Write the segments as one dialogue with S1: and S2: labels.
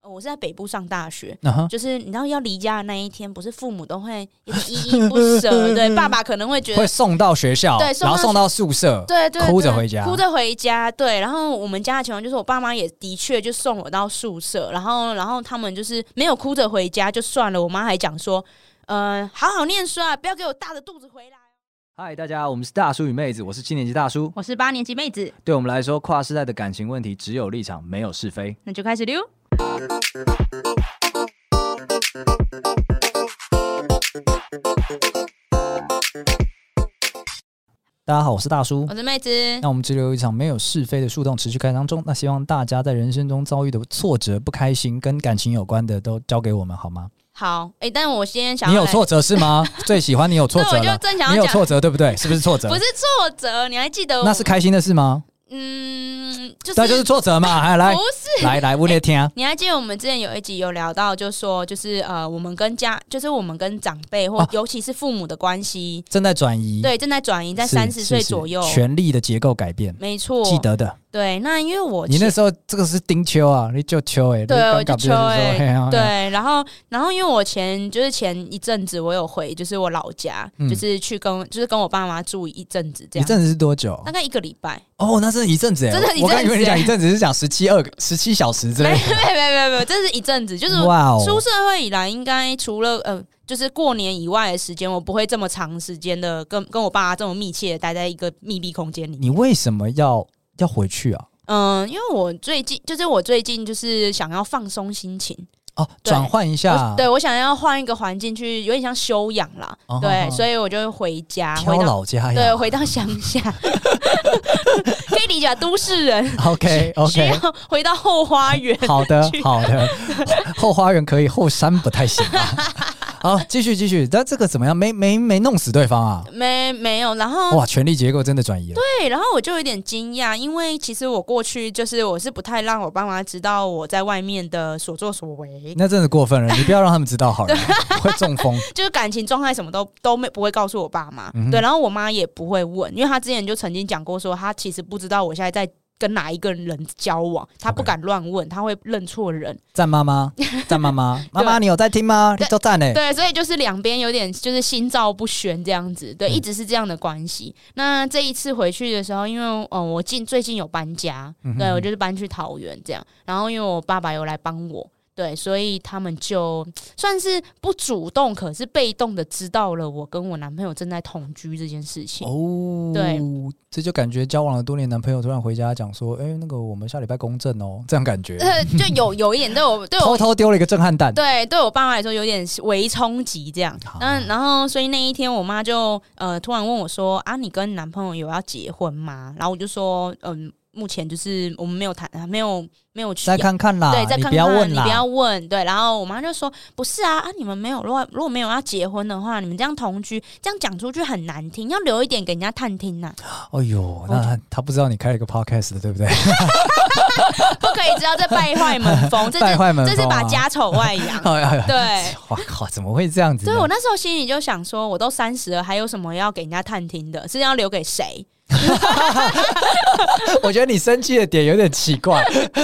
S1: 呃我是在北部上大学，
S2: 啊哈，
S1: 就是你知道要离家的那一天，不是父母都会有点依 依不舍，对，爸爸可能会觉
S2: 会
S1: 得，
S2: 送到学校，
S1: 对送
S2: 然后
S1: 到
S2: 送到宿舍，
S1: 对对对，
S2: 哭着回家
S1: 哭着回家，对。然后我们家的情况就是，我爸妈也的确就送我到宿舍，然后然后他们就是没有哭着回家就算了，我妈还讲说，呃，好好念书啊，不要给我大着肚子回来。哦
S3: 嗨，大家，我们是大叔与妹子，我是七年级大叔。
S2: 哦
S1: 我是八年级妹子，
S3: 对我们来说，跨世代的感情问题只有立场，没有是非。
S1: 那就开始溜。
S2: 大家好，我是大叔
S1: 我。是妹子，
S2: 那我们只留一场没有是非的树洞持续开当中。那希望大家在人生中遭遇的挫折、不开心跟感情有关的，都交给我们好吗？
S1: 好，哎、但我今天想
S2: 你
S1: 要
S2: 有
S1: 来
S2: 挫折 是吗？最喜欢你有挫
S1: 对，
S2: 折
S1: 我就
S2: 了，
S1: 正想
S2: 你
S1: 要
S2: 有
S1: 讲，
S2: 挫折对不对？是不是挫折？
S1: 不是挫折，你还记得我？
S2: 那是开心的事吗？
S1: 嗯，就是
S2: 对，就是挫折 嘛。哎，来
S1: 不是
S2: 来来，我列听啊。
S1: 你还记得我们之前有一集有聊到，就说就是呃，我们跟家，就是我们跟长辈或
S2: 啊
S1: 尤其是父母的关系，
S2: 正在转移，
S1: 对，正在转移在
S2: 是，
S1: 三十岁
S2: 是是
S1: 左右，
S2: 权力的结构改变，
S1: 没错，
S2: 记得的。
S1: 对。那因为我
S2: 你那
S1: 前
S2: 时候这个是丁秋啊，你就秋哎，你
S1: 对
S2: 刚
S1: 我就
S2: 刚不是说
S1: 秋欸
S2: 嘿啊嘿啊
S1: 对，然后然后因为我前就是前一阵子我有回，就是我老家，
S2: 嗯
S1: 就是去跟就是跟我爸妈住一阵子这
S2: 一
S1: 样，
S2: 阵子是多久
S1: 大？概一个礼拜。
S2: 哦，那是一阵子哎，
S1: 真的一阵子欸
S2: 我刚以为你讲一阵子是讲十七二个十七小时之 类
S1: 没
S2: 的。
S1: 没没没没，这是一阵子，就是
S2: 哇哦
S1: 出社会以来，应该除了呃，就是过年以外的时间，我不会这么长时间的跟跟我爸这么密切的待在一个密闭空间里。
S2: 你为什么要要回去啊？
S1: 嗯、因为我最近就是我最近就是想要放松心情，
S2: 哦，
S1: 对
S2: 转换一下
S1: 我，对我想要换一个环境去，有点像休养啦。
S2: 哦
S1: 对，
S2: 哦
S1: 所以我就回家，
S2: 挑
S1: 回到
S2: 老家
S1: 对，
S2: 呀。
S1: 回到乡下， 可以理解啊都市人 需
S2: OK OK，
S1: 要回到后花园。
S2: 好的
S1: 去
S2: 好的，后花园可以，后山不太行啊。 好，继续继续，但这个怎么样？没没没弄死对方啊？
S1: 没没有，然后
S2: 哇，权力结构真的转移了。
S1: 对，然后我就有点惊讶，因为其实我过去就是我是不太让我爸妈知道我在外面的所作所为，
S2: 那真的过分了，你不要让他们知道好了，会中风。
S1: 就是感情状态什么都都没不会告诉我爸妈，
S2: 嗯哼
S1: 对，然后我妈也不会问，因为她之前就曾经讲过说，她其实不知道我现在在。跟哪一个人交往，她不
S2: OK
S1: 敢乱问，她会认错人。
S2: 赞妈妈，赞妈妈，妈妈你有在听吗？你
S1: 对
S2: 就赞嘞。
S1: 对，所以就是两边有点就是心照不宣这样子，对，
S2: 嗯
S1: 一直是这样的关系。那这一次回去的时候，因为哦，我近最近有搬家，
S2: 嗯哼
S1: 对我就是搬去桃园这样，然后因为我爸爸有来帮我。对，所以他们就嗯算是不主动，可是被动的知道了我跟我男朋友正在同居这件事情。
S2: 哦，
S1: 对，
S2: 这就感觉交往了多年男朋友突然回家讲说，哎、那个我们下礼拜公证哦，这样感觉，
S1: 呃， 就有有一点对我对
S2: 偷
S1: 我
S2: 偷丢了一个震撼弹。
S1: 对，对我爸妈来说有点微冲击这样
S2: 好。
S1: 嗯，然后所以那一天我妈就呃突然问我说：“啊，你跟男朋友有要结婚吗？”然后我就说：“嗯，目前就是我们没有谈，没有没有去
S2: 再看看啦，
S1: 对，再
S2: 你
S1: 看看，
S2: 不要问
S1: 你不要
S2: 啦。
S1: 问对，然后我妈就说：“不是啊，啊，你们没有，如果如果没有要结婚的话，你们这样同居，这样讲出去很难听，要留一点给人家探听呐、
S2: 哎呦，那他不知道你开了一个 podcast 的，对不对？
S1: 不可以知道这败坏门风，这
S2: 败
S1: 是
S2: 坏门风、
S1: 这
S2: 啊，
S1: 是把家丑外扬。
S2: 哎呀，哎呀
S1: 对，
S2: 哇靠，怎么会这样子呢？
S1: 所以我那时候心里就想说，我都三十了，还有什么要给人家探听的？是要留给谁？
S2: 我觉得你生气的点有点奇 怪，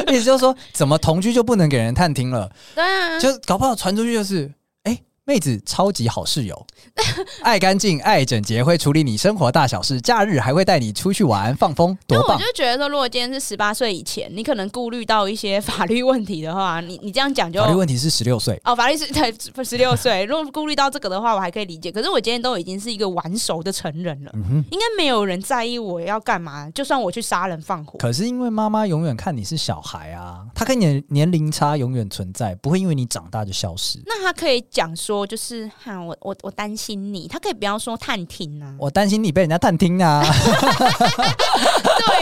S2: 意思就是说，怎么同居就不能给人探听了？
S1: 对啊，
S2: 就搞不好传出去就是，哎、妹子超级好室友， 爱干净，爱整洁，会处理你生活大小事，假日还会带你出去玩 放风，
S1: 因
S2: 多
S1: 为我
S2: 棒！
S1: 就觉得说，如果今天是十八岁以前，你可能顾虑到一些法律问题的话，你你这样讲就
S2: 法律问题是十六岁，
S1: 哦，法律是才十六岁，如果顾虑到这个的话，我还可以理解。可是我今天都已经是一个完熟的成人了，
S2: 嗯哼。
S1: 应该没有人在意我要干嘛。就算我去杀人放火，
S2: 可是因为妈妈永远看你是小孩啊，她跟你的年龄差永远存在，不会因为你长大就消失。
S1: 那他可以讲说，就是哈，我我我担心你，他可以不要说探听啊。
S2: 我担心你被人家探听 啊，
S1: 对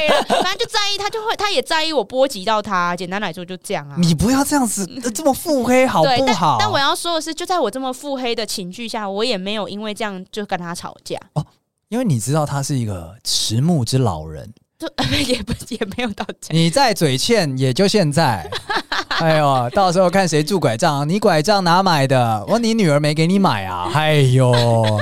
S1: 了，反正就在意他，就会他也在意我波及到他。简单来说就这样啊。
S2: 你不要这样子，呃这么腹黑好
S1: 对，
S2: 不
S1: 但
S2: 好？
S1: 但我要说的是，就在我这么腹黑的情绪下，我也没有因为这样就跟他吵架，
S2: 因为你知道他是一个迟暮之老人，
S1: 就也不也没有到这样。
S2: 你再嘴欠也就现在，哎呦，到时候看谁拄拐杖，你拐杖哪买的？我你女儿没给你买啊？哎呦，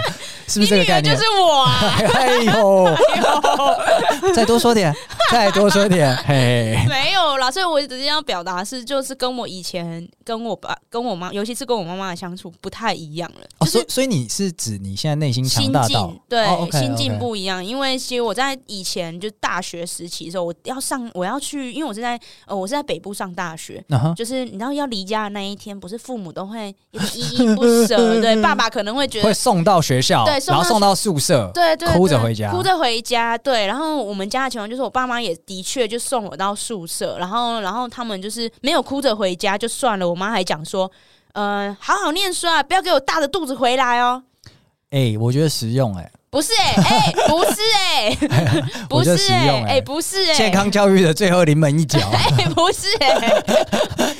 S2: 是不是这个
S1: 女
S2: 概
S1: 儿就
S2: 念？
S1: 是我啊，
S2: 哎呦， 再多说点，再多说点，嘿，
S1: 没有啦。所以我只是要表达是，就是跟我以前跟我爸、跟我妈，尤其是跟我妈妈的相处不太一样了。
S2: 哦，所以所以你是指你现在内心强
S1: 心
S2: 大到
S1: 境对、
S2: 哦，OK，OK
S1: 心境不一样，因为其实我在以前就大学时期的时候，我要上我要去，因为我是在呃我是在北部上大学，
S2: 嗯哼，
S1: 就是你知道要离家的那一天，不是父母都会有点依依不 舍，对，爸爸可能会觉
S2: 会
S1: 得。
S2: 送到学校，
S1: 对送
S2: 然后
S1: 到
S2: 送到宿舍，
S1: 对对，
S2: 哭着
S1: 对
S2: 回家
S1: 哭着回家。对，然后我们家的情况就是，我爸妈也的确就送我到宿舍，然后，然后他们就是没有哭着回家就算了，我妈还讲说，呃，好好念书啊，不要给我大着肚子回来哦。
S2: 哎、我觉得实用、
S1: 不是哎、哎、不是哎、不
S2: 我觉得
S1: 是
S2: 实
S1: 哎、
S2: 用
S1: 哎、
S2: 哎
S1: 不是哎、
S2: 哎，健康教育的最后临门一脚，啊
S1: 哎、不是哎、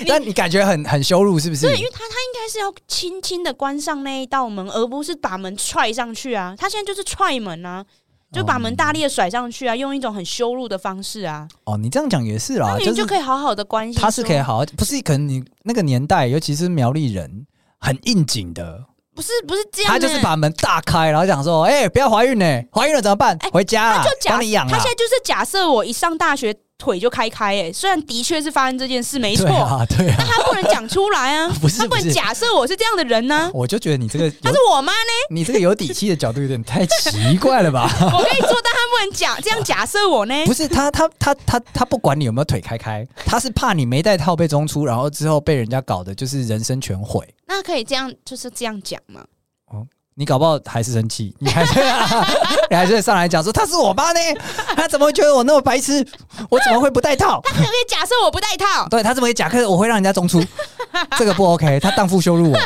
S2: 但你感觉很很羞辱，是不是？
S1: 对，因为他他应该是要轻轻的关上那一道门，而不是把门踹上去啊。他现在就是踹门
S2: 哦
S1: 啊，就把门大力的甩上去啊，用一种很羞辱的方式啊。
S2: 哦，你这样讲也是啦，
S1: 那明明
S2: 是
S1: 就可以好好的关心说，
S2: 他是可以好好，不是可能你那个年代，尤其是苗栗人。很应景的，
S1: 不是不是这样、
S2: 他
S1: 欸，
S2: 就是把门大开，然后讲说：“哎、不要怀孕呢、怀孕了怎么办？回家啦
S1: 哎他就，假
S2: 帮你养啦。啊
S1: 他现在就是假设我一上大学腿就开开、欸，虽然的确是发生这件事没错，
S2: 对啊，对啊
S1: 但，他不能讲出来啊
S2: ，不是
S1: 他
S2: 哦
S1: 不
S2: 不
S1: 能
S2: 是
S1: 假设我是这样的人呢、
S2: 我就觉得你这个
S1: 他
S2: 有
S1: 是我妈呢，
S2: 你这个有底气的角度有点太奇怪 了吧？
S1: 我可以做，但他不能假这样假设我呢。
S2: 不是他他他他他不管你有没有腿开开，他是怕你没带套被中出，然后之后被人家搞的就是人生全毁。
S1: 那可以这样，就是这样讲嘛？
S2: 你搞不好还是生气，你还是 你还是会上来讲说他是我妈呢，他怎么会觉得我那么白痴？我怎么会不带套？？
S1: 他可不可以假设我不戴套
S2: 对他这么一假课，我会让人家中出，这个不 OK，他荡妇羞辱我。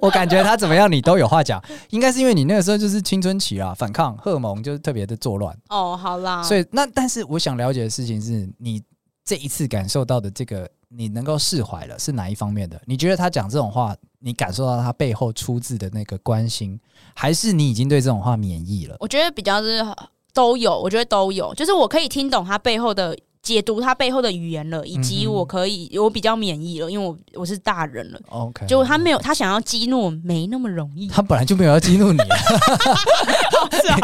S2: 我感觉他怎么样，你都有话讲，应该是因为你那个时候就是青春期啊，反抗荷尔蒙就是特别的作乱，
S1: 哦，好啦，
S2: 所
S1: 以
S2: 以那但是我想了解的事情是你这一次感受到的这个，你能够释怀了是哪一方面的？你觉得他讲这种话，你感受到他背后出自的那个关心，还是你已经对这种话免疫了？
S1: 我觉得比较是都有，我觉得都有，就是我可以听懂他背后的解读，他背后的语言了，以及
S2: 嗯哼
S1: 我可以我比较免疫了，因为我我是大人了。
S2: OK，
S1: 结果他没有，他想要激怒我没那么容易。
S2: 他本来就没有要激怒 你啊，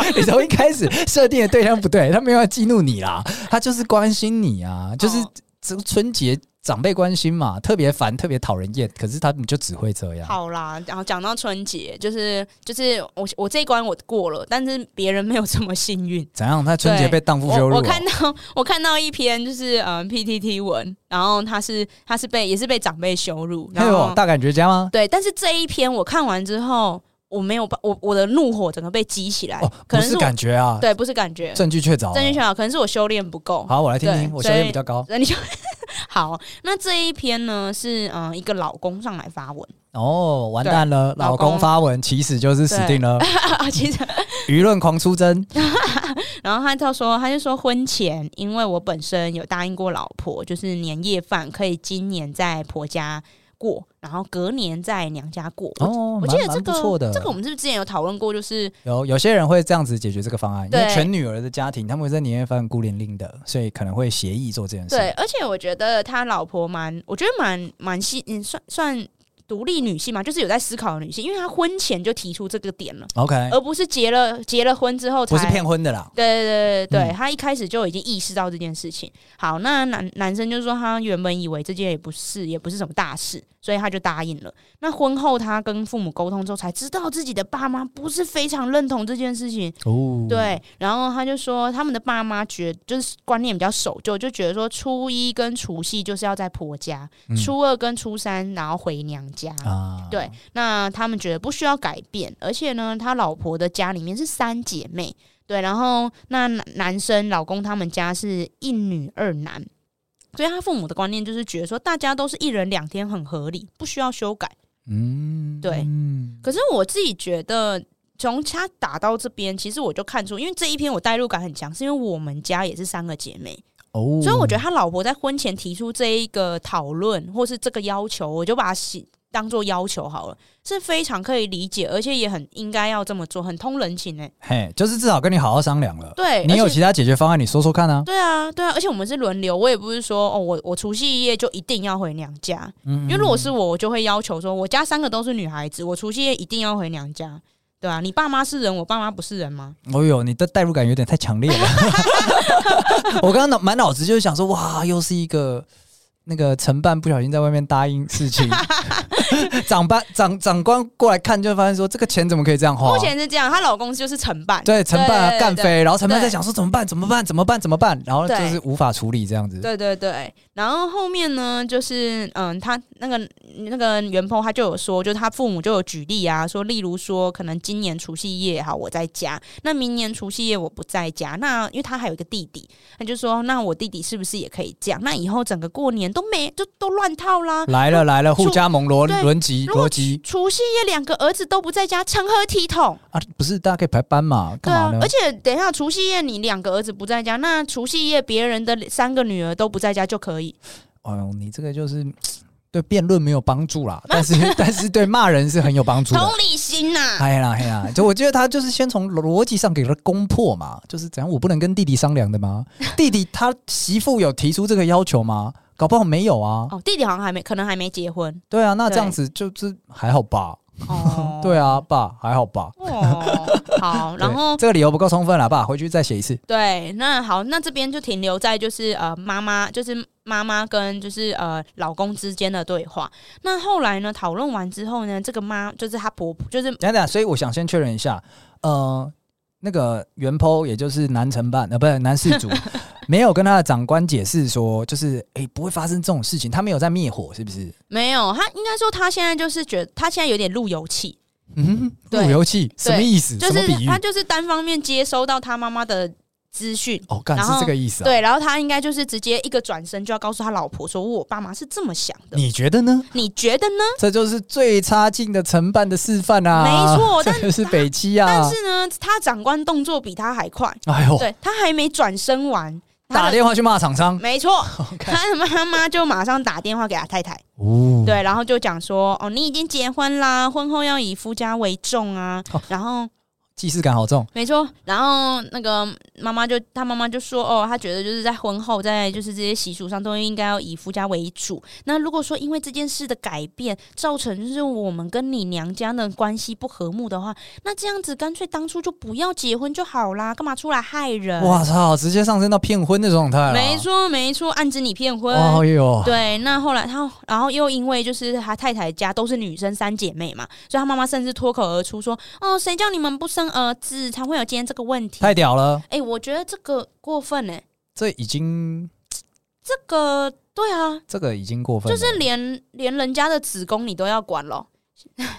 S2: 你从一开始设定的对象不对，他没有要激怒你啦，他就是关心你啊，就是
S1: 哦
S2: 这个春节长辈关心嘛，特别烦，特别讨人厌，可是他们就只会这样。
S1: 好啦，然后讲到春节，就是就是我我这一关我过了，但是别人没有这么幸运。
S2: 怎样？他春节
S1: 对
S2: 被荡妇羞
S1: 我
S2: 辱、
S1: 我
S2: 哦？
S1: 看到 我看到一篇就是呃 PTT 文，然后他是他是被也是被长辈羞辱，
S2: 哎
S1: 然后
S2: 呦，大感觉家吗？
S1: 对，但是这一篇我看完之后，我没有把我我的怒火整个被激起来，
S2: 哦，
S1: 可
S2: 不
S1: 能
S2: 是
S1: 我
S2: 感觉啊，
S1: 对，不是感觉，
S2: 证据确凿、啊
S1: 正确想啊法可能是我修炼不够。
S2: 好，我来听听，
S1: 对
S2: 我修
S1: 所
S2: 炼
S1: 以
S2: 比较高。
S1: 那你就 好，那这一篇呢是嗯、呃一个老公上来发文，
S2: 哦，完
S1: 对
S2: 蛋了，
S1: 老
S2: 老公
S1: 公
S2: 发文，其实就是死定了，
S1: 啊，其实
S2: 舆论狂出 征。
S1: 然后他就说，他就说婚前，因为我本身有答应过老婆，就是年夜饭可以今年在婆家过，然后隔年在娘家过。我
S2: 哦，
S1: 我记得
S2: 蛮
S1: 这
S2: 蛮不错
S1: 个
S2: 的，
S1: 这个我们是不是之前有讨论过？就是
S2: 有有些人会这样子解决这个方案，因为
S1: 对
S2: 全女儿的家庭，他们会在年夜饭孤零零的，所以可能会协议做这件事。
S1: 对，，而且我觉得他老婆蛮，我觉得蛮蛮细，嗯，算算独立女性嘛，就是有在思考的女性，因为她婚前就提出这个点了，
S2: OK，
S1: 而不是结了结了婚之后才
S2: 哎不是骗婚的啦。
S1: 对对对对对，
S2: 嗯
S1: 他一开始就已经意识到这件事情。好，那男男生就说他原本以为这件也不是也不是什么大事，所以他就答应了。那婚后他跟父母沟通之后，才知道自己的爸妈不是非常认同这件事情。
S2: 哦，，
S1: 对，然后他就说他们的爸妈觉就是观念比较守旧，就觉得说初一跟除夕就是要在婆家，
S2: 嗯
S1: 初二跟初三然后回娘家。
S2: 啊，
S1: 对，那他们觉得不需要改变，而且呢，他老婆的家里面是三姐妹，对，然后那男男生老公他们家是一女二男，所以他父母的观念就是觉得说大家都是一人两天很合理，不需要修改。
S2: 嗯，
S1: 对
S2: 嗯
S1: 可是我自己觉得。从他打到这边，其实我就看出，因为这一篇我代入感很强，是因为我们家也是三个姐妹，
S2: 哦，
S1: 所以我觉得他老婆在婚前提出这一个讨论或是这个要求，我就把它写当做要求好了，是非常可以理解，而且也很应该要这么做，很通人情哎、
S2: 嘿，就是至少跟你好好商量了。
S1: 对，
S2: 你有
S1: 而且
S2: 其他解决方案，你说说看啊。
S1: 对啊，对啊，而且我们是轮流，我也不是说哦，我我除夕夜就一定要回娘家，
S2: 嗯
S1: 因为如果是我，我就会要求说，我家三个都是女孩子，我除夕夜一定要回娘家，对啊，你爸妈是人，我爸妈不是人吗？
S2: 哦呦，你的代入感有点太强烈了。 我刚刚脑满脑子就是想说，哇，又是一个那个承办不小心在外面答应事 情，长班长长官过来看，就发现说这个钱怎么可以这样花
S1: 目？前是这样，她老公就是承办，
S2: 哦对，承办啊
S1: 对对
S2: 干
S1: 对
S2: 飞，然后承办在
S1: 对
S2: 想说怎么办？怎么办？怎么办？怎么办？然后就
S1: 对
S2: 是无法处理这样子。
S1: 对对对，然后后面呢，就是嗯，他那个那个袁鹏他就有说，就是他父母就有举例啊，说例如说，可能今年除夕夜哈我在家，那明年除夕夜我不在家，那因为他还有一个弟弟，他就说，那我弟弟是不是也可以这样？那以后整个过年都没就都乱套啦。
S2: 来了来了，互
S1: 出
S2: 加盟逻
S1: 对
S2: 逻辑
S1: 如果
S2: 逻辑
S1: 除夕夜两个儿子都不在家，成何体统？
S2: 啊，不是大家可以排班嘛？
S1: 对
S2: 干嘛
S1: 啊，
S2: 呢
S1: 而？且等一下除夕夜你两个儿子不在家，那除夕夜别人的三个女儿都不在家就可以。
S2: 哦，你这个就是对辩论没有帮助啦，但是 但是对骂人是很有帮助的。
S1: 同理心呐、
S2: 哎啦哎啦，就我觉得他就是先从逻辑上给他攻破嘛，就是怎样我不能跟弟弟商量 的吗？弟弟他媳妇有提出这个要求吗？搞不好没有啊。
S1: 哦，弟弟好像还没，可能还没结婚。
S2: 对啊，那这
S1: 对
S2: 样子就是还好吧？
S1: 哦
S2: 对啊，爸还好吧？
S1: 哦，好，然
S2: 对
S1: 后
S2: 这个理由不够充分了，爸回去再写一次。
S1: 对，那好，那这边就停留在就是呃妈妈，就是妈妈跟就是呃老公之间的对话。那后来呢，讨论完之后呢，这个妈就是她婆婆，就是
S2: 等一下等一下，所以我想先确认一下，呃，那个原 PO 也就是男承办呃，不是男 事主，没有跟他的长官解释说，就是诶不会发生这种事情，他没有在灭火，是不是？
S1: 没有她，应该说她现在就是觉得她现在有点路由器，
S2: 嗯，
S1: 对
S2: 路由器什么
S1: 对
S2: 意思？
S1: 就
S2: 嗯什么比
S1: 是
S2: 喻
S1: 她？就是单方面接收到她妈妈的资讯。
S2: 哦，干
S1: 然
S2: 是
S1: 后
S2: 这个意思啊。
S1: 对，然后她应该就是直接一个转身就要告诉她老婆说：“我爸妈是这么想的，
S2: 你觉得呢？
S1: 你觉得呢？”
S2: 这就是最差劲的承办的示范啊！
S1: 没 错
S2: 这
S1: 但
S2: 就是北七啊！
S1: 但是呢，他长官动作比他还快，
S2: 哎呦，
S1: 对他还没转身完，
S2: 打
S1: 他的
S2: 电话去骂厂商，
S1: 没 错，
S2: 看
S1: 他的妈妈就马上打电话给他太太，
S2: 哦，
S1: 对，然后就讲说，哦，你已经结婚啦，婚后要以夫家为重啊
S2: 哦，
S1: 然后
S2: 既视感好重。
S1: 没错，然后那个妈妈就他妈妈就说，哦，她觉得就是在婚后，在就是这些习俗上都应该要以夫家为主。那如果说因为这件事的改变，造成就是我们跟你娘家的关系不和睦的话，那这样子干脆当初就不要结婚就好啦，干嘛出来害人？
S2: 哇操，直接上升到骗婚的状态了。
S1: 没，错没错，暗指你骗婚。
S2: 哎呦，
S1: 对，那后来他，然后又因为就是他太太家都是女生三姐妹嘛，所以他妈妈甚至脱口而出说：“哦，谁叫你们不生儿子，才会有今天这个问题。”
S2: 太屌了，
S1: 哎、我觉得这个过分哎、
S2: 这已经
S1: 这个对啊，
S2: 这个已经过分欸
S1: 就
S2: 了。
S1: 是连连人家的子宫你都要管咯。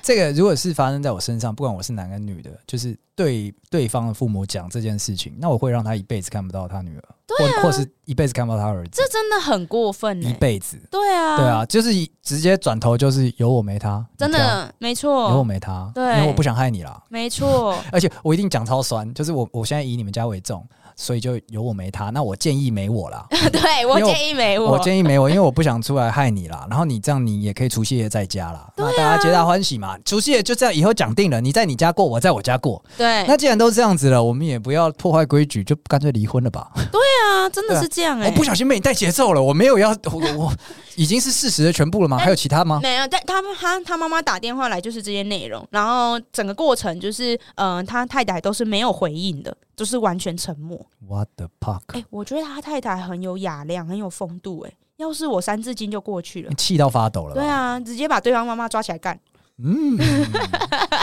S2: 这个，如果是发生在我身上，不管我是男跟女的，就是对对方的父母讲这件事情，那我会让他一辈子看不到他女儿，或或是一辈子看不到他儿子，
S1: 啊这真的很过分哎、
S2: 一辈子。
S1: 对啊，
S2: 对啊，，就是一直接转头就是有我没他，
S1: 真
S2: 你挑
S1: 的没
S2: 有我
S1: 错，
S2: 没他，
S1: 对
S2: 因为我不想害你啦。
S1: 没错，
S2: 而且我一定讲超酸，就是我我现在以你们家为重，所以就有我没他。那我建议没 我啦，
S1: 对我
S2: 因为我
S1: 建议没
S2: 我建议没我，因为我不想出来害你啦。然后你这样你也可以除夕夜在家啦，那
S1: 啊
S2: 大家皆大欢喜嘛。除夕夜就这样，以后讲定了，你在你家过，我在我家过。
S1: 对，
S2: 那既然都这样子了，我们也不要破坏规矩，就干脆离婚了吧。
S1: 对啊，真
S2: 对
S1: 的
S2: 啊
S1: 是这样哎、
S2: 我不小心被你带节奏了，我没有要我我我已经是事实的全部了吗？
S1: 但
S2: 还有其他吗？
S1: 没有，但他们他他妈妈打电话来就是这些内容，然后整个过程就是，嗯、他太太都是没有回应的，就是完全沉默。
S2: What the fuck！
S1: 哎、我觉得他太太很有雅量，很有风度、哎，要是我三字经就过去了
S2: 你。气到发抖了吧。
S1: 对啊，直接把对方妈妈抓起来干。
S2: 嗯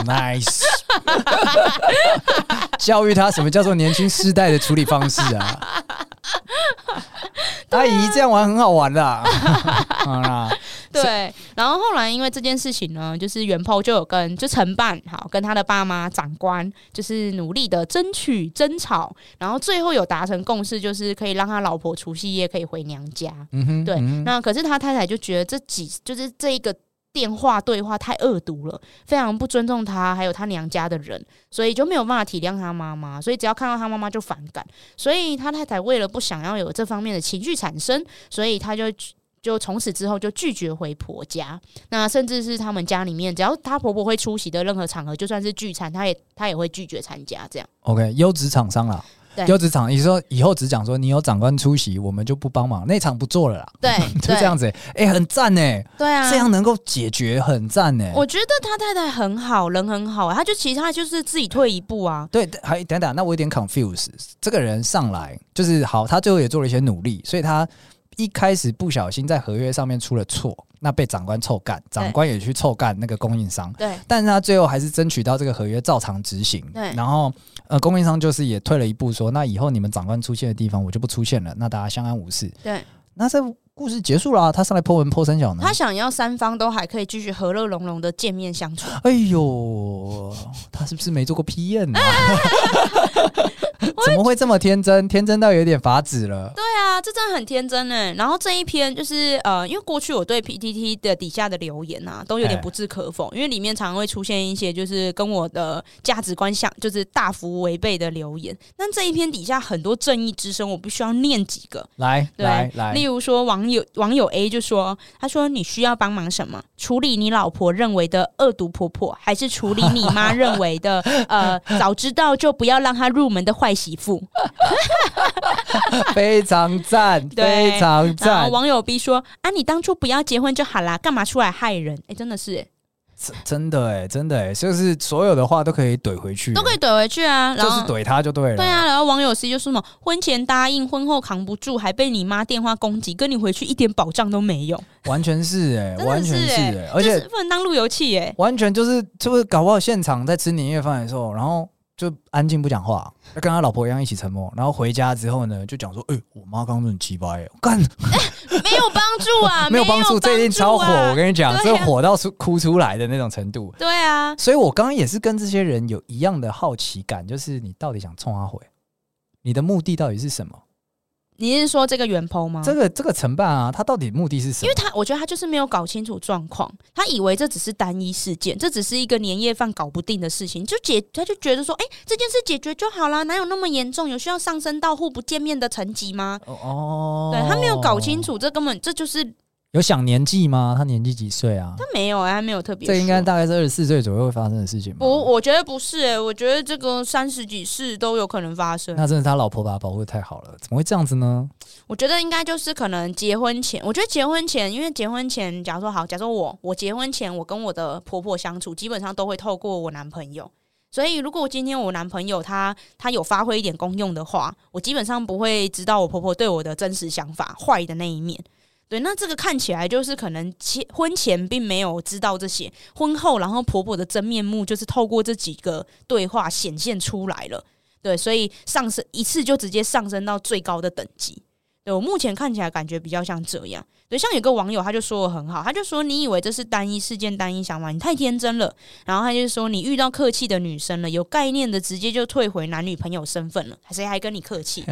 S2: ，nice，教育他什么叫做年轻世代的处理方式啊？ 阿
S1: 啊
S2: 姨这样玩很好玩 啦，好啦，
S1: 对，然后后来因为这件事情呢，就是袁抛就有跟就承办好跟他的爸妈长官，就是努力的争取争吵，然后最后有达成共识，就是可以让他老婆除夕夜可以回娘家。
S2: 嗯哼，
S1: 对，
S2: 嗯哼
S1: 那可是他太太就觉得这几就是这一个电话对话太恶毒了，非常不尊重他，还有他娘家的人，所以就没有办法体谅他妈妈，所以只要看到他妈妈就反感，所以他太太为了不想要有这方面的情绪产生，所以他就。就从此之后就拒绝回婆家。那甚至是他们家里面，只要她婆婆会出席的任何场合，就算是聚餐，她也她也会拒绝参加。 这样，
S2: OK，优质厂商啦
S1: 对，
S2: 优质厂，你说以后只讲说你有长官出席，我们就不帮忙，那场不做了啦，
S1: 对，
S2: 就这样子、欸，哎、很赞呢、
S1: 对，对啊，
S2: 这样能够解决，很赞欸呢、
S1: 我觉得他太太很好，人很好，她就其实她就是自己退一步啊。
S2: 对，还等等，那我有点 confuse，这个人上来就是好，他最后也做了一些努力，所以他一开始不小心在合约上面出了错，那被长官臭干，长官也去臭干那个供应商，
S1: 对
S2: 但是他最后还是争取到这个合约照常执行。
S1: 对
S2: 然后呃，供应商就是也退了一步说，那以后你们长官出现的地方我就不出现了，那大家相安无事。
S1: 对，
S2: 那这故事结束了啊、他上来泼文泼三小呢
S1: 她。想要三方都还可以继续和乐融融的见面相处，
S2: 哎呦，他是不是没做过批 验呢、怎么会这么天真？天真到有点法子了。
S1: 对啊，这真的很天真呢。然后这一篇就是呃，因为过去我对 PTT 的底下的留言啊，都有点
S2: 哎
S1: 不置可否，因为里面常常会出现一些就是跟我的价值观相就是大幅违背的留言。但这一篇底下很多正义之声，我必须要念几个，
S2: 来
S1: 对
S2: 来
S1: 例
S2: 来，
S1: 如说，网友网友 A 就说：“他说你需要帮忙什么？处理你老婆认为的恶毒婆婆，还是处理你妈认为 的呃早知道就不要让她入门的坏媳妇
S2: 非常赞，
S1: 对
S2: 非常？”
S1: 然后
S2: 赞，
S1: 网友 B 说：“啊，你当初不要结婚就好啦，干嘛出来害人？哎、真的是、
S2: 嗯
S1: 哎
S2: 真真的哎、真的哎、就是所有的话都可以怼回去，
S1: 都可以怼回去啊。”然
S2: 就是
S1: 后。
S2: 怼他就对了。
S1: 对啊，然后网友 C 就说什么婚前答应，婚后扛不住，还被你妈电话攻击，跟你回去一点保障都没有，
S2: 完全是哎、
S1: 真的
S2: 完全是哎、
S1: 哎、
S2: 而且
S1: 就是不能当路由器 哎、
S2: 完全就是就是搞不好现场在吃年夜饭的时候，然后就安静不讲话，跟他老婆一样一起沉默，然后回家之后呢，就讲说，哎、我妈刚刚很鸡巴耶，欸 干
S1: 没有帮助啊，
S2: 没有帮助，这一定超火，我跟你讲，这
S1: 对啊
S2: 火到出哭出来的那种程度。
S1: 对啊，
S2: 所以我刚刚也是跟这些人有一样的好奇感，就是你到底想冲他回，你的目的到底是什么？
S1: 你是说这个原 p 吗？
S2: 这个这个承办啊，他到底目的是
S1: 嗯
S2: 什
S1: 因
S2: 么
S1: 为？他，我觉得他就是没有搞清楚状况，他以为这只是单一事件，这只是一个年夜饭搞不定的事情，就解他就觉得说，哎、这件事解决就好啦，哪有那么严重？有需要上升到互不见面的层级吗？
S2: 哦
S1: 对他没有搞清，楚，这根本这就是他
S2: 有想年纪吗？他年纪几岁啊？
S1: 没有、啊，他没有特别说。
S2: 这应该大概是二十四岁左右会发生的事情吧？
S1: 不，我觉得不是、哎，我觉得这个三十几世都有可能发生。
S2: 那真的是他老婆把他保护的太好了，怎么会这样子呢？
S1: 我觉得应该就是可能结婚前，我觉得结婚前，因为结婚前，假如说好，假如说我我结婚前，我跟我的婆婆相处，基本上都会透过我男朋友。所以，如果今天我男朋友他他有发挥一点功用的话，我基本上不会知道我婆婆对我的真实想法、坏的那一面。对，那这个看起来就是可能前婚前并没有知道这些，婚后然后婆婆的真面目就是透过这几个对话显现出来了。对，所以上升一次就直接上升到最高的等级。对我目前看起来感觉比较像这样。对，像有个网友他就说的很好，他就说你以为这是单一事件、单一想法，你太天真了。然后他就说你遇到客气的女生了，有概念的直接就退回男女朋友身份了，谁还跟你客气？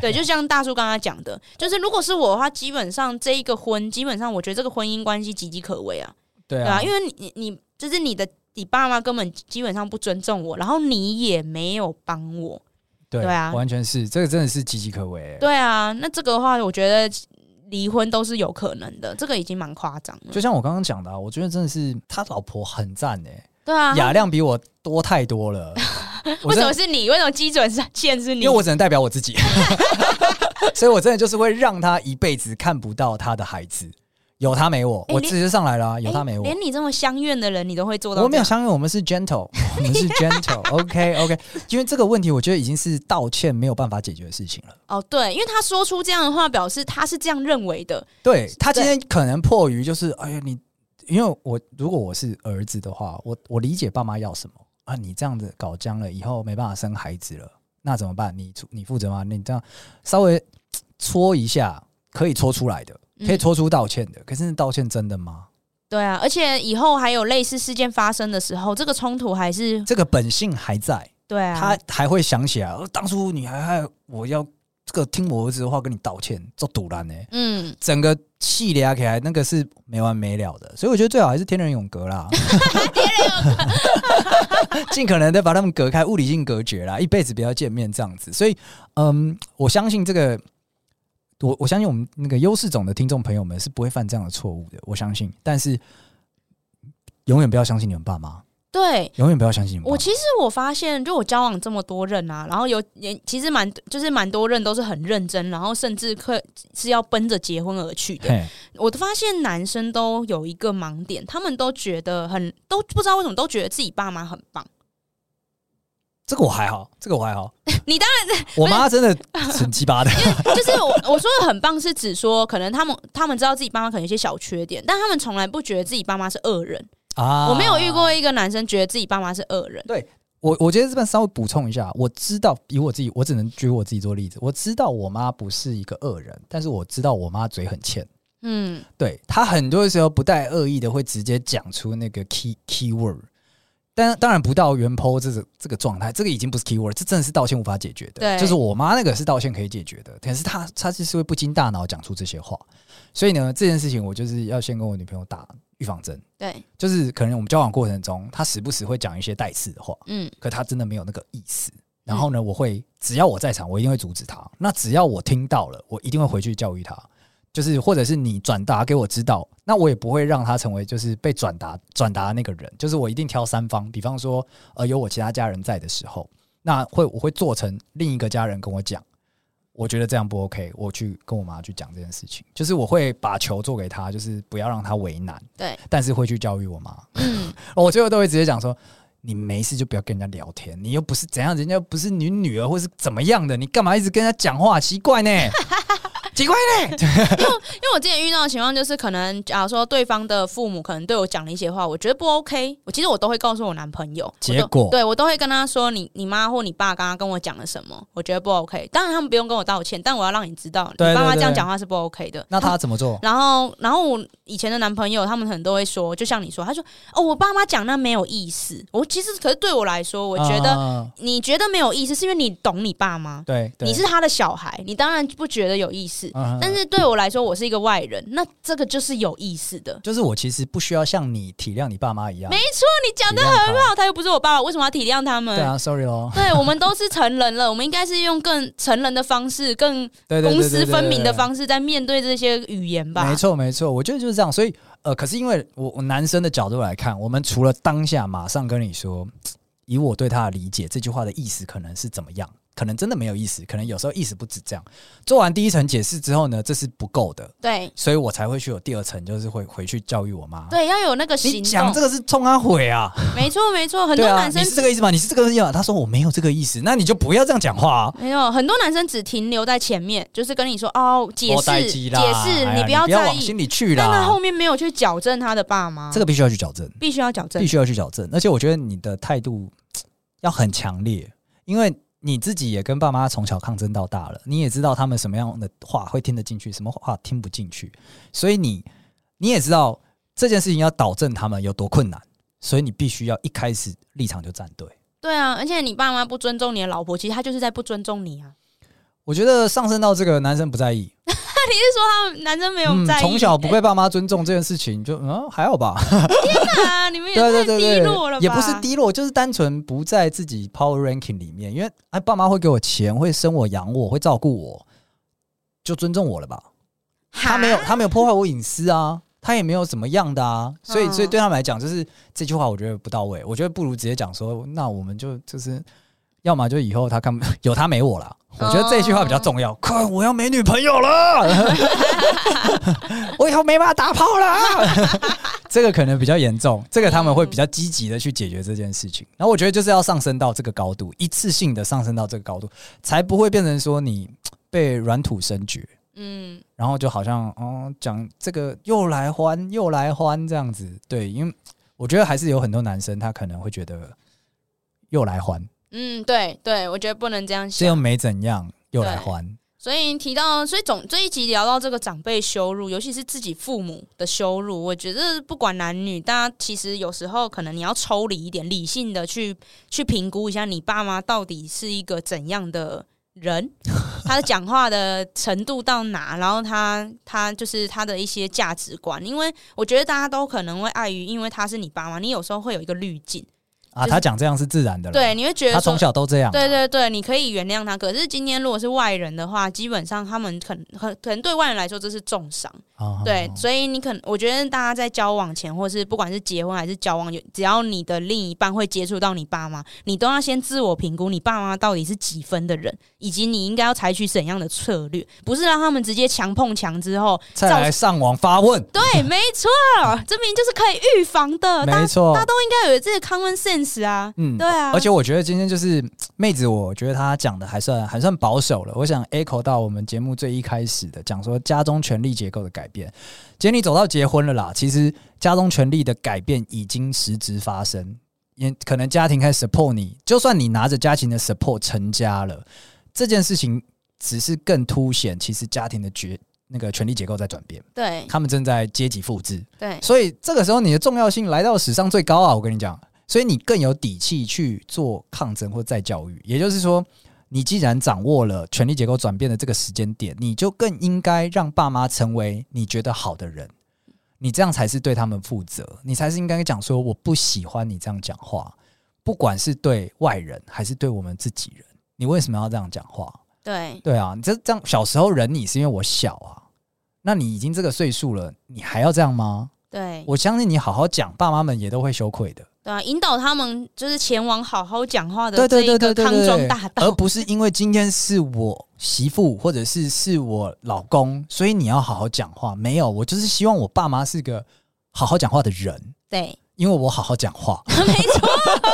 S1: 对，就像大叔刚刚讲的，就是如果是我的话，基本上这一个婚，基本上我觉得这个婚姻关系岌岌可危啊。
S2: 对
S1: 对啊，因为你你你就是你的你爸妈根本基本上不尊重我，然后你也没有帮我。
S2: 对
S1: 对啊
S2: 完全是这个真的是岌岌可危欸、
S1: 对啊，那这个的话，我觉得离婚都是有可能的，这个已经蛮夸张了。
S2: 就像我刚刚讲的、啊，我觉得真的是他老婆很赞哎、
S1: 对啊，
S2: 雅量比我多太 多了。我
S1: 为
S2: 真
S1: 什
S2: 的
S1: 么是你？为什么基准是线是
S2: 因
S1: 你？
S2: 为我只能代表我自己， 所以我真的就是会让他一辈子看不到他的孩子，有他没我，
S1: 哎
S2: 我
S1: 连
S2: 直接上来了啊、有
S1: 哎
S2: 他没我。
S1: 连你这么相怨的人，你都会做到这样？
S2: 我没有相信我们是 gentle，我 们是 gentle，OK OK，因为这个问题我觉得已经是道歉没有办法解决的事情了。
S1: 哦，对，因为他说出这样的话，表示他是这样认为的。
S2: 对他今
S1: 对
S2: 天可能迫于就是，哎呀，你因为我如果我是儿子的话，我我理解爸妈要什么啊，你这样子搞僵了，以后没办法生孩子了，那怎么办？你出你负责吗？你这样稍微嘖搓一下，可以搓出来的，可以
S1: 嗯
S2: 搓出道歉的，可是那道歉真的吗？
S1: 对啊，而且以后还有类似事件发生的时候，这个冲突还是
S2: 这个本性还在，
S1: 对啊，
S2: 他还会想起来，哦当初你还害我要这个听我儿子的话跟你道歉，做赌烂呢。
S1: 嗯，
S2: 整个气俩起来，那个是没完没了的，所以我觉得最好还是天人永隔 啦，尽可能的把他们隔开，物理性隔绝啦，一辈子不要见面这样子。所以，嗯，我相信这个我我相信我们那个优势种的听众朋友们是不会犯这样的错误的，我相信。但是永远不要相信你们爸妈，
S1: 对
S2: 永远不要相信你们爸妈。
S1: 我其实我发现，就我交往这么多任啊，然后有也其实蛮就是蛮多任都是很认真，然后甚至可是要奔着结婚而去的。
S2: 嘿，
S1: 我发现男生都有一个盲点，他们都觉得很都不知道为什么都觉得自己爸妈很棒。
S2: 这个我还好，这个我还好。
S1: 你当
S2: 然，我妈真的很鸡 巴的。
S1: 就是我我说的很棒，是指说可能他们他们知道自己爸妈可能有一些小缺点，但他们从来不觉得自己爸妈是恶人。
S2: 啊
S1: 我没有遇过一个男生觉得自己爸妈是恶人。
S2: 我我觉得这边稍微补充一下，我知道以我自己，我只能举我自己做例子。我知道我妈不是一个恶人，但是我知道我妈嘴很欠，
S1: 嗯，
S2: 对她很多时候不带恶意的会直接讲出那个 key key word，但当然不到原 po 这个这个状态，这个已经不是 key word，这真的是道歉无法解决的。
S1: 对
S2: 就是我妈那个是道歉可以解决的，可是她她就是会不经大脑讲出这些话，所以呢，这件事情我就是要先跟我女朋友打预防针，
S1: 对，
S2: 就是可能我们交往过程中，她时不时会讲一些带刺的话。
S1: 嗯
S2: 可他真的没有那个意思。然后呢，我会只要我在场，我一定会阻止他。那只要我听到了，我一定会回去教育他，就是或者是你转达给我知道，那我也不会让他成为就是被转达转达的那个人。就是我一定挑三方，比方说呃有我其他家人在的时候，那会我会做成另一个家人跟我讲。我觉得这样不 OK，我去跟我妈去讲这件事情，就是我会把球做给他，就是不要让他为难，
S1: 对，
S2: 但是会去教育我妈。
S1: 嗯，
S2: 我最后都会直接讲说，你没事就不要跟人家聊天，你又不是怎样，人家又不是你女儿或是怎么样的，你干嘛一直跟人家讲话？奇 怪呢，奇怪呢。
S1: 因为我之前遇到的情况就是，可能假如说对方的父母可能对我讲了一些话，我觉得不 OK，我其实我都会告诉我男朋友，
S2: 结
S1: 我都
S2: 果
S1: 对我都会跟他说，你你妈或你爸刚刚跟我讲了什么，我觉得不 OK。当然他们不用跟我道歉，但我要让你知道，你
S2: 对对
S1: 爸妈这样
S2: 对
S1: 讲话是不 OK 的。
S2: 那他怎么做？
S1: 然后，然后我以前的男朋友，他们可能都会说，就像你说，他说：“哦，我爸妈讲那没有意思。”我其实，可是对我来说，我觉得、
S2: 啊
S1: 你觉得没有意思，是因为你懂你爸妈，
S2: 对，对
S1: 你是他的小孩，你当然不觉得有意思。
S2: 嗯
S1: 但是对我来说，我是一个外人，那这个就是有意思的。
S2: 就是我其实不需要像你体谅你爸妈一样，
S1: 没错，你讲的
S2: 很
S1: 很好，他又不是我爸爸，为什么要体谅他们？
S2: 对啊，sorry 咯，
S1: 对我们都是成人了，我们应该是用更成人的方式、更
S2: 对对对
S1: 公
S2: 对对
S1: 私分明的
S2: 对
S1: 方式在面对这些语言吧。
S2: 没错，没错，我觉得就是这样。所以，呃，可是因为我我男生的角度来看，我们除了当下马上跟你说，以我对他的理解，这句话的意思可能是怎么样，可能真的没有意思，可能有时候意思不止这样。做完第一层解释之后呢，这是不够的，
S1: 对
S2: 所以我才会去有第二层，就是会回去教育我妈。
S1: 对，要有那个
S2: 你
S1: 行
S2: 讲
S1: 动
S2: 这。个是冲他毁啊！
S1: 没错，没错，很
S2: 对
S1: 多
S2: 啊，
S1: 男
S2: 你
S1: 生
S2: 是这个意思吗？你是这个意思吗？他说我没有这个意思，那你就不要这样讲话啊！
S1: 没有很多男生只停留在前面，就是跟你说哦，解
S2: 多待
S1: 释
S2: 机
S1: 解
S2: 啦
S1: 释，
S2: 哎呀
S1: 你
S2: 你
S1: 不要
S2: 不要
S1: 在
S2: 往
S1: 意
S2: 心，里去
S1: 但他
S2: 啦
S1: 后。面没有去矫正他的爸妈，
S2: 这个必须要去矫正。
S1: 必须要矫正
S2: 必。须要去矫正。而且我觉得你的态度要很强烈，因为你自己也跟爸妈从小抗争到大了，你也知道他们什么样的话会听得进去，什么话听不进去，所以你你也知道这件事情要导正他们有多困难，所以你必须要一开始立场就站队。
S1: 对啊，而且你爸妈不尊重你的老婆，其实他就是在不尊重你啊。
S2: 我觉得上升到这个男生不在意，
S1: 你是说他们男生没有
S2: 嗯
S1: 在，意？
S2: 从小不被爸妈尊重这件事情就，嗯还好吧，
S1: 啊，你们也
S2: 对
S1: 太
S2: 对对对
S1: 低落了吧？
S2: 也不是低落，就是单纯不在自己 power ranking 里面，因为哎，爸妈会给我钱，会生我养我，会照顾我，就尊重我了吧？
S1: 哈，
S2: 他没有，他没有破坏我隐私啊，他也没有怎么样的啊，所以所以
S1: 嗯
S2: 对他们来讲，就是这句话我觉得不到位，我觉得不如直接讲说，那我们就就是。要么就以后他看不有他没我啦，
S1: 哦
S2: 我觉得这句话比较重要。快，我要没女朋友 了，我以后没办法打炮了。这个可能比较严重，这个他们会比较积极的去解决这件事情。然后我觉得就是要上升到这个高度，一次性的上升到这个高度，才不会变成说你被软土生绝。
S1: 嗯，
S2: 然后就好像哦，讲这个又来欢又来欢这样子，对，因为我觉得还是有很多男生他可能会觉得又来欢，
S1: 嗯，对对，我觉得不能这样
S2: 这又
S1: 想。
S2: 没怎样，又来欢，
S1: 所以提到，所以总这一集聊到这个长辈羞辱，尤其是自己父母的羞辱，我觉得不管男女，大家其实有时候可能你要抽离一点，理性的去去评估一下你爸妈到底是一个怎样的人，他的讲话的程度到哪，然后他他就是他的一些价值观，因为我觉得大家都可能会碍于，因为他是你爸妈，你有时候会有一个滤镜。
S2: 啊，
S1: 就是
S2: 他讲这样是自然的了。
S1: 对，，你会觉
S2: 他
S1: 得说
S2: 从。小都这样。
S1: 对对对，你可以原谅他。可是今天如果是外人的话，基本上他们可能可可能对外人来说这是重伤。
S2: 啊，
S1: 对，所以你可能我觉得大家在交往前，或是不管是结婚还是交往，有只要你的另一半会接触到你爸妈，你都要先自我评估你爸妈到底是几分的人，以及你应该要采取怎样的策略，不是让他们直接强碰强之后，
S2: 再
S1: 造
S2: 来上网发问，
S1: 对，没错，这明明就是可以预防的，呃大
S2: 没
S1: 家
S2: 错
S1: 大家。都应该有这个 common sense 啊，
S2: 嗯
S1: 对啊，
S2: 而且我觉得今天就是妹子，我觉得她讲的还算还算保守了。我想 echo 到我们节目最一开始的讲说家中权力结构的改变。今天你走到结婚了啦，其实家中权力的改变已经实质发生，也可能家庭开始 support 你，就算你拿着家庭的 support 成家了，这件事情只是更凸显其实家庭的决那个权力结构在转变，
S1: 对
S2: 他们正在阶级复制。
S1: 对
S2: 所以这个时候你的重要性来到史上最高啊！我跟你讲，所以你更有底气去做抗争或再教育。也就是说，你既然掌握了权力结构转变的这个时间点，你就更应该让爸妈成为你觉得好的人。你这样才是对他们负责，你才是应该讲说我不喜欢你这样讲话，不管是对外人还是对我们自己人，你为什么要这样讲话？
S1: 对
S2: 对啊，你这这样小时候忍你是因为我小啊，那你已经这个岁数了，你还要这样吗？
S1: 对
S2: 我相信你好好讲，爸妈们也都会羞愧的。
S1: 对啊，引导他们就是前往好好讲话的这
S2: 对对对
S1: 一
S2: 对
S1: 个
S2: 对
S1: 康庄
S2: 对，
S1: 大
S2: 而
S1: 道，
S2: 不是因为今天是我媳妇或者是是我老公，所以你要好好讲话。没有，我就是希望我爸妈是个好好讲话的人，
S1: 对
S2: 因为我好好 讲话。没错，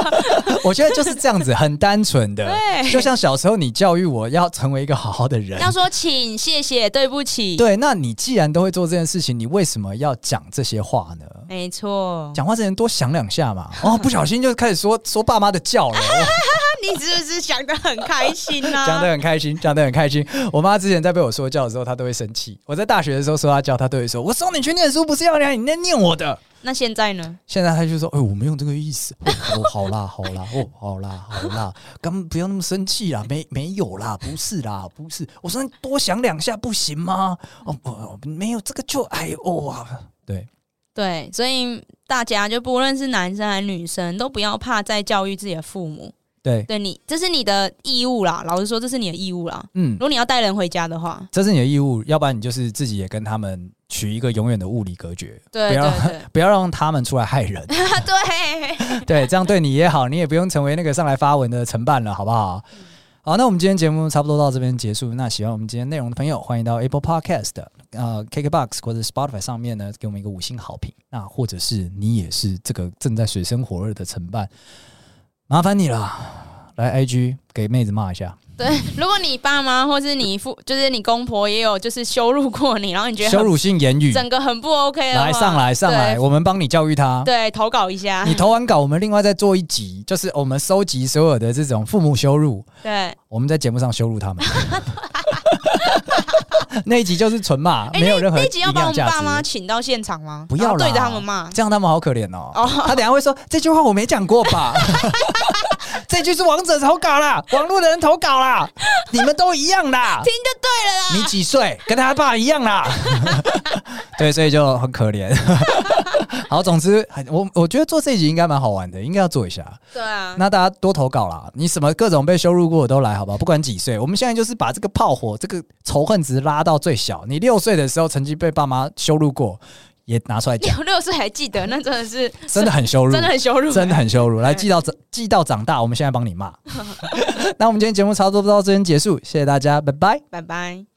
S2: 我觉得就是这样子，很单纯的。
S1: 对
S2: 就像小时候你教育我要成为一个好好的人，
S1: 要说请、谢谢、对不起，
S2: 对，那你既然都会做这件事情，你为什么要讲这些话呢？
S1: 没错。
S2: 讲话之前多想两下嘛，哦，不小心就开始说说爸妈的叫了，
S1: 那你是不是想的很开心啊呢、
S2: 讲得很开心，讲得很开心。我妈之前在被我说教的时候，她都会生气。我在大学的时候说她教，她都会说：“我送你去念书，不是要让你在念我的。
S1: 那现在呢？”
S2: 现在她就说：“哎、我没有这个意思。哦”哦，好啦，好啦，哦，好啦，好啦，干嘛不要那么生气啦，没没有啦，不是啦，不是。我说你多想两下不行吗？哦，不，哦没有这个就哎哦啊，对，
S1: 对，所以大家就不论是男生还是女生，都不要怕再教育自己的父母。
S2: 对，
S1: 对你，这是你的义务啦。老实说，这是你的义务啦。
S2: 嗯
S1: 如，果你要带人回家的话，
S2: 这是你的义务，要不然你就是自己也跟他们取一个永远的物理隔绝，
S1: 对对
S2: 不要让
S1: 对
S2: 不要让他们出来害人。
S1: 啊，对，
S2: 对，这样对你也好，你也不用成为那个上来发文的承办了，好不好？
S1: 嗯
S2: 好，那我们今天节目差不多到这边结束。那喜欢我们今天内容的朋友，欢迎到 Apple Podcast、呃 KKBox 或者 Spotify 上面呢，给我们一个五星好评。那或者是你也是这个正在水深火热的承办，麻烦你了，来 IG 给妹子骂一下，
S1: 对。如果你爸妈或是你父，就是你公婆也有就是羞辱过你，然后你觉得很
S2: 羞辱性言语，
S1: 整个很不 OK 的话
S2: 嗯来上，来上来，
S1: 对
S2: 我们帮你教育他。
S1: 对，投稿一下
S2: 你，投完稿，我们另外再做一集，就是我们收集所有的这种父母羞辱，
S1: 对。
S2: 我们在节目上羞辱他们。 那一集就是纯骂，
S1: 哎
S2: 没有任何
S1: 那
S2: 营
S1: 一集要把我们
S2: 养
S1: 爸
S2: 价
S1: 妈
S2: 值。
S1: 请到现场吗？
S2: 不要
S1: 然后
S2: 啦
S1: 对着他们骂。
S2: 这样他们好可怜哦。
S1: 哦
S2: 他等一下会说这句话我没讲过吧？ 这句是王者投稿啦，网络的人投稿啦，你们都一样啦。
S1: 听就对了啦，
S2: 你几岁？跟他爸一样啦。 对，所以就很可怜。 好，总之，我我觉得做这一集应该蛮好玩的，应该要做一下。
S1: 对啊，
S2: 那大家多投稿啦，你什么各种被羞辱过的都来，好不好？不管几岁，我们现在就是把这个炮火、这个仇恨值拉到最小。你六岁的时候曾经被爸妈羞辱过，也拿出来讲，
S1: 六啊六岁还记得，那真的是
S2: 真的很羞辱，哎
S1: 真的很羞辱，
S2: 真的很羞辱。来，记到长，记到长 大，我们现在帮你骂。那我们今天节目差不多到这边结束，谢谢大家，拜拜。
S1: 拜拜。